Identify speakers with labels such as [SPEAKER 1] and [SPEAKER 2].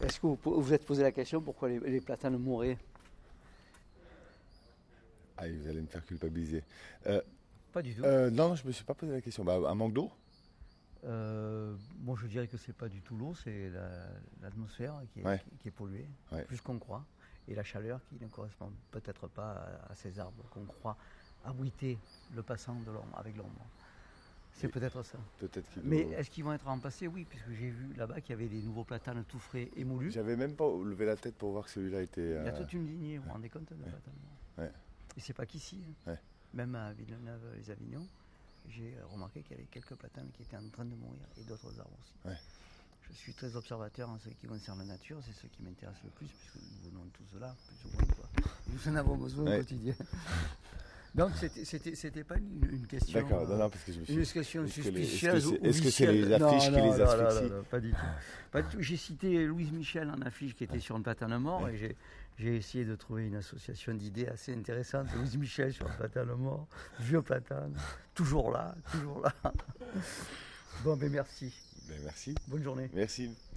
[SPEAKER 1] Est-ce que vous vous vous êtes posé la question pourquoi les, les platanes mouraient
[SPEAKER 2] Ah, vous allez me faire culpabiliser. Euh,
[SPEAKER 3] Pas du tout.
[SPEAKER 2] euh, non, non, je me suis pas posé la question. Bah, un manque d'eau
[SPEAKER 3] Euh, moi, je dirais que c'est pas du tout l'eau, c'est la- l'atmosphère qui, est-
[SPEAKER 2] Ouais.
[SPEAKER 3] qui est polluée,
[SPEAKER 2] Ouais.
[SPEAKER 3] plus qu'on croit, et la chaleur qui ne correspond peut-être pas à, à ces arbres qu'on croit abriter le passant de l'ombre avec l'ombre. C'est
[SPEAKER 2] Et-
[SPEAKER 3] peut-être ça.
[SPEAKER 2] Peut-être qu'il
[SPEAKER 3] Mais
[SPEAKER 2] doit-
[SPEAKER 3] est-ce qu'ils vont être remplacés Oui, puisque j'ai vu là-bas qu'il y avait des nouveaux platanes tout frais et moulus.
[SPEAKER 2] J'avais même pas levé la tête pour voir que celui-là était.
[SPEAKER 3] Il y a
[SPEAKER 2] euh,
[SPEAKER 3] toute une lignée, vous vous rendez compte de platanes
[SPEAKER 2] Ouais.
[SPEAKER 3] Et c'est pas qu'ici. hein.
[SPEAKER 2] Ouais.
[SPEAKER 3] Même à Villeneuve, les Avignons, j'ai euh, remarqué qu'il y avait quelques platanes qui étaient en train de mourir et d'autres arbres aussi.
[SPEAKER 2] Ouais.
[SPEAKER 3] Je suis très observateur en ce qui concerne la nature, c'est ce qui m'intéresse le plus, puisque nous venons de tout cela, plus ou moins. quoi. Nous en avons besoin
[SPEAKER 2] Ouais.
[SPEAKER 3] au quotidien. Donc c'était- c'était c'était pas une, une question.
[SPEAKER 2] D'accord, non,
[SPEAKER 3] euh,
[SPEAKER 2] non, parce que je me suis.
[SPEAKER 3] une question
[SPEAKER 2] Est-ce que les- est-ce que
[SPEAKER 3] suspicieuse.
[SPEAKER 2] c'est-
[SPEAKER 3] ou
[SPEAKER 2] est-ce que c'est
[SPEAKER 3] vicieuse.
[SPEAKER 2] les affiches qui les asphyxient
[SPEAKER 3] pas du tout. Pas du tout. J'ai cité Louise Michel en affiche qui était sur une platane mort et j'ai- j'ai essayé de trouver une association d'idées assez intéressante. Louise Michel sur le platane mort, vieux platane, toujours là, toujours là. Bon, mais merci.
[SPEAKER 2] Ben, merci.
[SPEAKER 3] Bonne journée.
[SPEAKER 2] Merci.